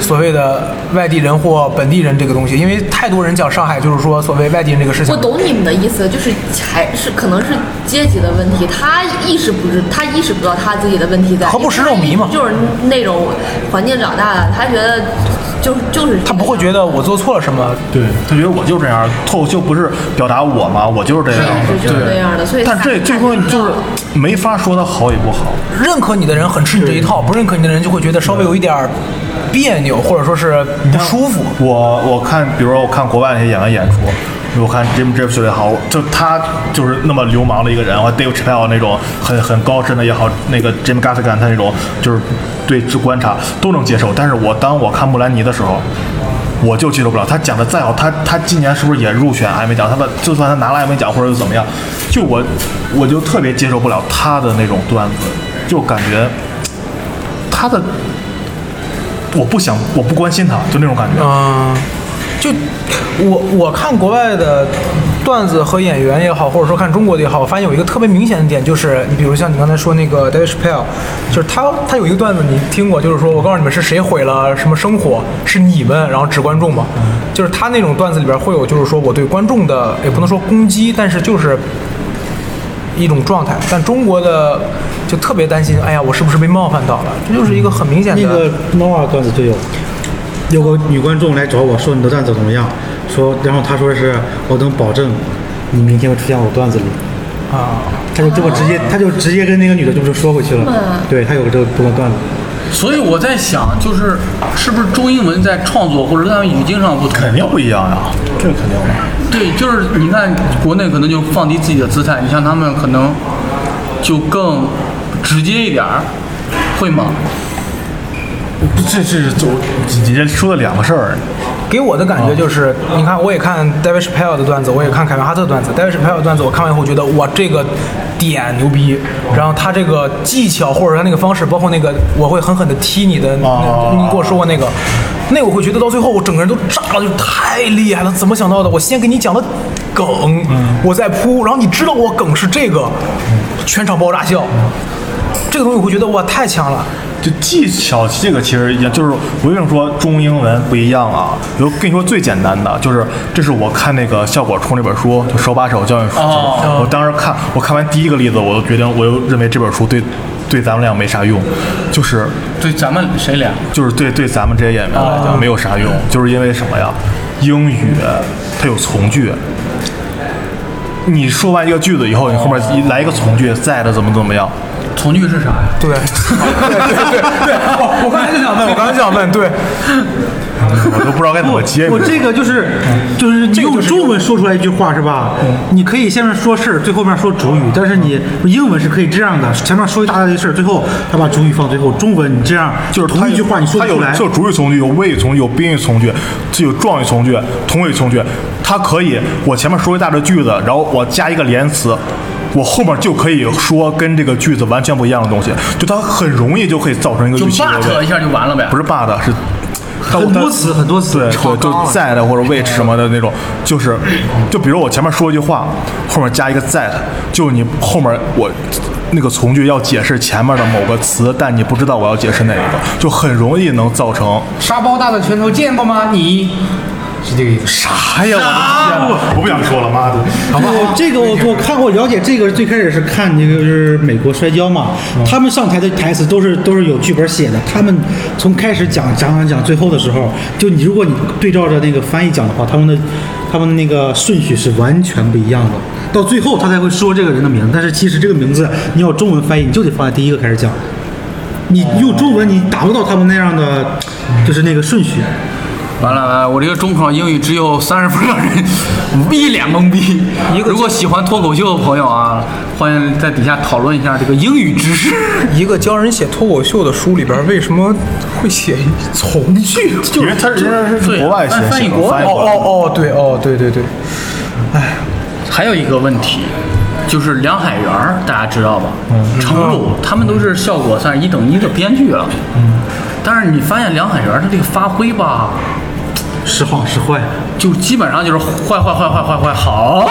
S5: 所谓的外地人或本地人这个东西，因为太多人讲上海，就是说所谓外地人这个事情
S7: 我。懂你们的意思，就是还是可能是阶级的问题，他意识不知，他意识不到他自己的问题在。
S5: 何不食肉糜嘛
S7: 就是那种环境长大的，他觉得就是就是
S5: 他不会觉得我做错了什么，
S2: 对他觉得我就这样，脱口秀不是表达我吗？我就是这样
S7: 他。一直就是那样的，所以
S2: 但这
S7: 他
S2: 这东西就是没法说他好与不好。
S5: 认可你的人很吃你这一套，不认可你的人就会觉得稍微有一点儿别扭，或者说是不舒服。
S2: 我我看，比如说我看国外那些演员演出，我看 Jim j e f f r e y 也好，就他就是那么流氓的一个人，或者 Dave Chappelle 那种很很高深的也好，那个 Jim Gaffigan 他那种就是对之观察都能接受。但是我当我看穆兰妮的时候。我就接受不了，他讲的再好，他他今年是不是也入选艾美奖？他把就算他拿了艾美奖或者又怎么样，就我我就特别接受不了他的那种段子，就感觉他的我不想我不关心他，就那种感觉。
S6: 啊
S5: 嗯，就我我看国外的段子和演员也好，或者说看中国的也好，我发现有一个特别明显的点，就是你比如像你刚才说那个 David Chappelle，就是他他有一个段子你听过，就是说我告诉你们是谁毁了什么生活，是你们，然后指观众嘛，
S6: 嗯
S5: 就是他那种段子里边会有，就是说我对观众的也不能说攻击，但是就是一种状态。但中国的就特别担心，哎呀，我是不是被冒犯到了？这就是一个很明显的。
S6: 那个 Nora 段子就有，有个女观众来找我说你的段子怎么样？说，然后她说是我能保证你明天会出现我段子里。
S5: 啊，
S6: 她就这么直接，她就直接跟那个女的就是说回去了
S7: 嗯。
S6: 对，她有个这个这个段子。
S1: 所以我在想，就是是不是中英文在创作或者在语境上不同？
S2: 肯定不一样呀，这肯定的。
S1: 对，就是你看国内可能就放低自己的姿态，你像他们可能就更直接一点儿，会吗？
S2: 这这是就你这说的两个事儿，
S5: 给我的感觉就是，你看，我也看 David Chappelle 的段子，我也看凯文哈特的段子。David Chappelle 的段子，我看完以后觉得，哇，这个点牛逼，然后他这个技巧或者他那个方式，包括那个我会狠狠的踢你的，那你给我说过那个。那我会觉得到最后，我整个人都炸了，就太厉害了！怎么想到的？我先给你讲的梗，我再铺，然后你知道我梗是这个，全场爆炸笑。这个东西我会觉得哇，太强了！
S2: 就技巧这个其实也就是我为什么说中英文不一样啊？我跟你说最简单的，就是这是我看那个效果冲那本书，就手把手教育书。我当时看，我看完第一个例子，我就决定，我就认为这本书对对咱们俩没啥用，就是
S1: 对，咱们谁俩？
S2: 就是对对咱们这些演员来
S6: 啊
S2: 讲没有啥用，就是因为什么呀？英语它有从句。你说完一个句子以后，你后面一来一个从句，再的怎么怎么样，
S1: 从句是啥呀？
S5: 对，对对对，我我刚才就想问，我刚才就想问，对，
S2: 我都不知道该怎么接。
S6: 我这个就是
S2: 嗯
S6: 就是你用中文说出来一句话是吧？你可以下面说事儿，最后面说主语，但是你
S2: 嗯
S6: 英文是可以这样的，前面说一大堆事儿，最后他把主语放最后。中文你这样
S2: 就是它
S6: 同一句话你说
S2: 它
S6: 不出
S2: 有
S6: 来，
S2: 就有主语从句，有谓语从句，有宾语从句，就有状语从句、同语从句。它可以，我前面说一大堆句子，然后我加一个连词，我后面就可以说跟这个句子完全不一样的东西。就它很容易就可以造成一个
S1: 就
S2: 预期错
S1: but
S2: 位
S1: 一，下就完了呗
S2: 不。是 but 是。
S6: 很多词很多词
S2: 对，就
S11: 高
S2: 就
S11: 了
S2: that 或者 which 什么的那种，就是，就比如我前面说一句话，后面加一个 that，就你后面我那个从句要解释前面的某个词，但你不知道我要解释哪一个，就很容易能造成
S3: 沙包大的拳头见过吗？你是这个意思。
S2: 啥呀？我的天呐，我不想说了，妈的！
S6: 好吧，这个我我看过，了解这个最开始是看那个就是美国摔跤嘛，他们上台的台词都是都是有剧本写的，他们从开始讲讲讲讲，最后的时候，就你如果你对照着那个翻译讲的话，他们的他们的那个顺序是完全不一样的，到最后他才会说这个人的名字，但是其实这个名字你要中文翻译，你就得放在第一个开始讲，你用中文你达不到他们那样的就是那个顺序，
S1: 完了完了，我这个中考英语只有三十分的人一脸懵逼。如果喜欢脱口秀的朋友啊，欢迎在底下讨论一下这个英语知识。
S5: 一个教人写脱口秀的书里边，为什么会写从句？就
S2: 因为他人家是国外写
S1: 对翻译
S2: 写的，
S1: 国
S2: 翻译
S5: 哦
S2: 过来的
S5: 哦哦，对哦对对对，
S1: 还有一个问题，就是梁海源儿，大家知道吧？
S5: 嗯
S1: 程璐他们都是效果算是一等一的编剧了。
S5: 嗯
S1: 但是你发现梁海源儿他这个发挥吧，
S6: 时好时坏。
S1: 就基本上就是坏坏坏坏坏坏好，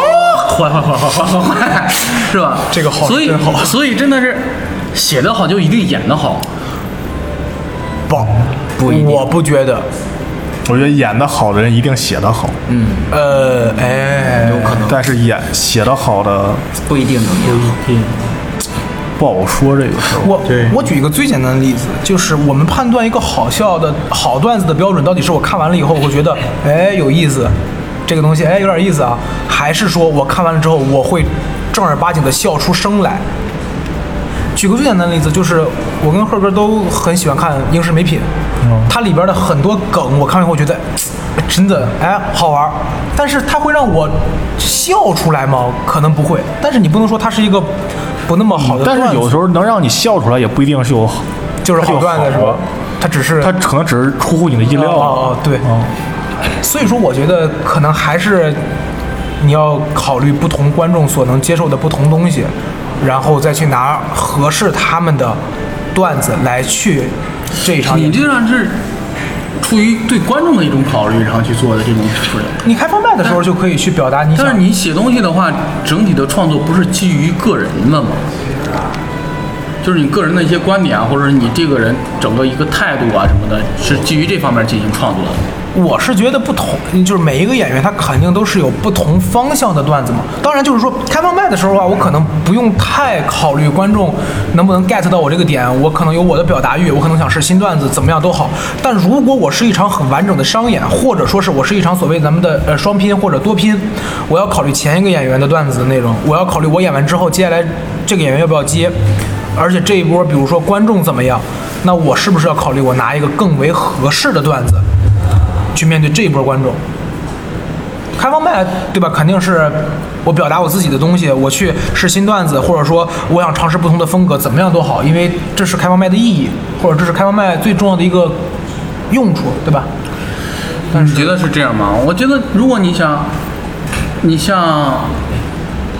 S1: 坏坏坏坏坏坏坏，是吧？
S5: 这个好
S1: 所以
S5: 真好
S1: 所以真的是写得好就一定演得好。
S5: 棒，
S1: 不一定
S5: 我不觉得，
S2: 我觉得演的好的人一定写的好，
S5: 呃，哎，
S2: 但是演写的好的
S11: 不一定能赢。
S2: 不好说这个事儿。
S5: 我我举一个最简单的例子，就是我们判断一个好笑的好段子的标准，到底是我看完了以后我会觉得，哎，有意思，这个东西哎有点意思啊，还是说我看完了之后我会正儿八经的笑出声来？举个最简单的例子，就是我跟赫哥都很喜欢看影视美品，
S2: 嗯
S5: 它里边的很多梗，我看完以后觉得，哎真的哎好玩儿，但是它会让我笑出来吗？可能不会，但是你不能说它是一个不那么好的段
S2: 但
S5: 子，
S2: 是有时候能让你笑出来，也不一定是有好，
S5: 就是
S2: 它
S5: 好段子是吧
S2: 好？
S5: 他只是
S2: 它可能只是出乎你的意料。嗯
S5: 哦哦对，所以说我觉得可能还是你要考虑不同观众所能接受的不同东西，然后再去拿合适他们的段子来去这一场
S1: 你
S5: 演出。
S1: 这样是出于对观众的一种考虑，然后去做的这种处理。
S5: 你开放麦的时候就可以去表达你想
S1: 但是你写东西的话，整体的创作不是基于个人的吗？就是你个人的一些观点啊，或者是你这个人整个一个态度啊什么的，是基于这方面进行创作的。
S5: 我是觉得不同，就是每一个演员他肯定都是有不同方向的段子嘛。当然，就是说开放麦的时候啊，我可能不用太考虑观众能不能 get 到我这个点，我可能有我的表达欲，我可能想试新段子，怎么样都好。但如果我是一场很完整的商演，或者说是我是一场所谓咱们的呃双拼或者多拼，我要考虑前一个演员的段子的内容，我要考虑我演完之后接下来这个演员要不要接，而且这一波比如说观众怎么样，那我是不是要考虑我拿一个更为合适的段子？去面对这一波观众。开放麦，对吧？肯定是我表达我自己的东西，我去试新段子，或者说我想尝试不同的风格，怎么样都好，因为这是开放麦的意义，或者这是开放麦最重要的一个用处，对吧？
S1: 你觉得是这样吗？我觉得如果你想，你像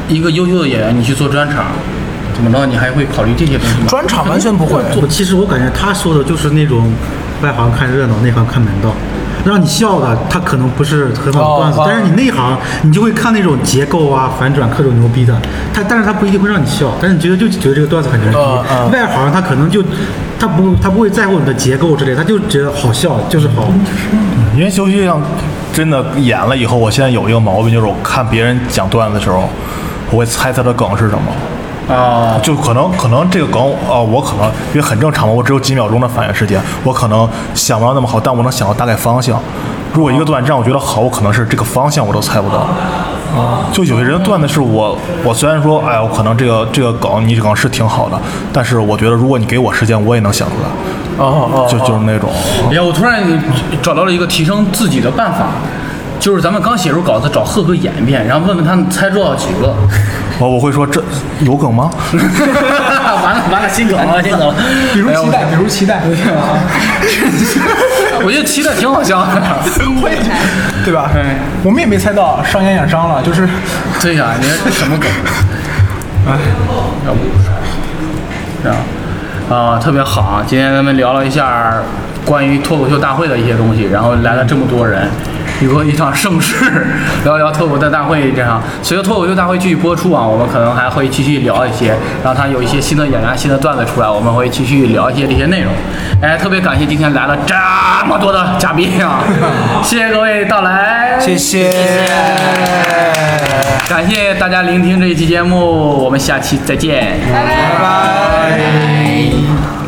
S1: 一个优秀的演员，你去做专场，怎么着你还会考虑这些东西吗？
S5: 专场完全不会。
S6: 我其实我感觉他说的就是那种外行看热闹，内行看门道。让你笑的，他可能不是很好的段子，
S5: 哦哦
S6: 但是你内行，你就会看那种结构啊、反转各种牛逼的。他，但是他不一定会让你笑，但是你觉得就觉得这个段子很牛逼。
S5: 哦哦
S6: 外行他可能就，他不他不会在乎你的结构之类，他就觉得好笑就是好。
S2: 因为尤其像真的演了以后，我现在有一个毛病，就是我看别人讲段子的时候，我会猜他的梗是什么。啊，就可能可能这个梗啊、呃我可能因为很正常嘛，我只有几秒钟的反应时间，我可能想不到那么好，但我能想到大概方向。如果一个段子让我觉得好，我可能是这个方向我都猜不到。
S1: 啊
S2: 就有些人段子是我，我虽然说，哎呀，我可能这个这个梗你这梗是挺好的，但是我觉得如果你给我时间，我也能想出来，
S1: 哦哦
S2: 就就是那种。
S1: 哎呀，我突然找到了一个提升自己的办法，就是咱们刚写入稿子，找赫赫演一遍，然后问问他猜中了几个。
S2: 哦我我会说这有梗吗？
S1: 完了完了，新梗了，新梗了。
S5: 比如
S1: 哎呀
S5: 期待，比如期待，
S1: 我我觉得期待挺好笑的。
S5: 对吧？我们也没猜到商演演伤了，就是
S1: 对呀、你这什么梗？哎，要不是啊啊，特别好啊！今天咱们聊了一下关于脱口秀大会的一些东西，然后来了这么多人，有过一场盛世，聊一聊脱口秀大会这样。随着脱口秀大会继续播出啊，我们可能还会继续聊一些，然后它有一些新的演员、新的段子出来，我们会继续聊一些这些内容。哎，特别感谢今天来了这么多的嘉宾啊！谢谢各位到来， 谢
S5: 谢
S1: 感谢大家聆听这一期节目，我们下期再见。
S5: 拜拜。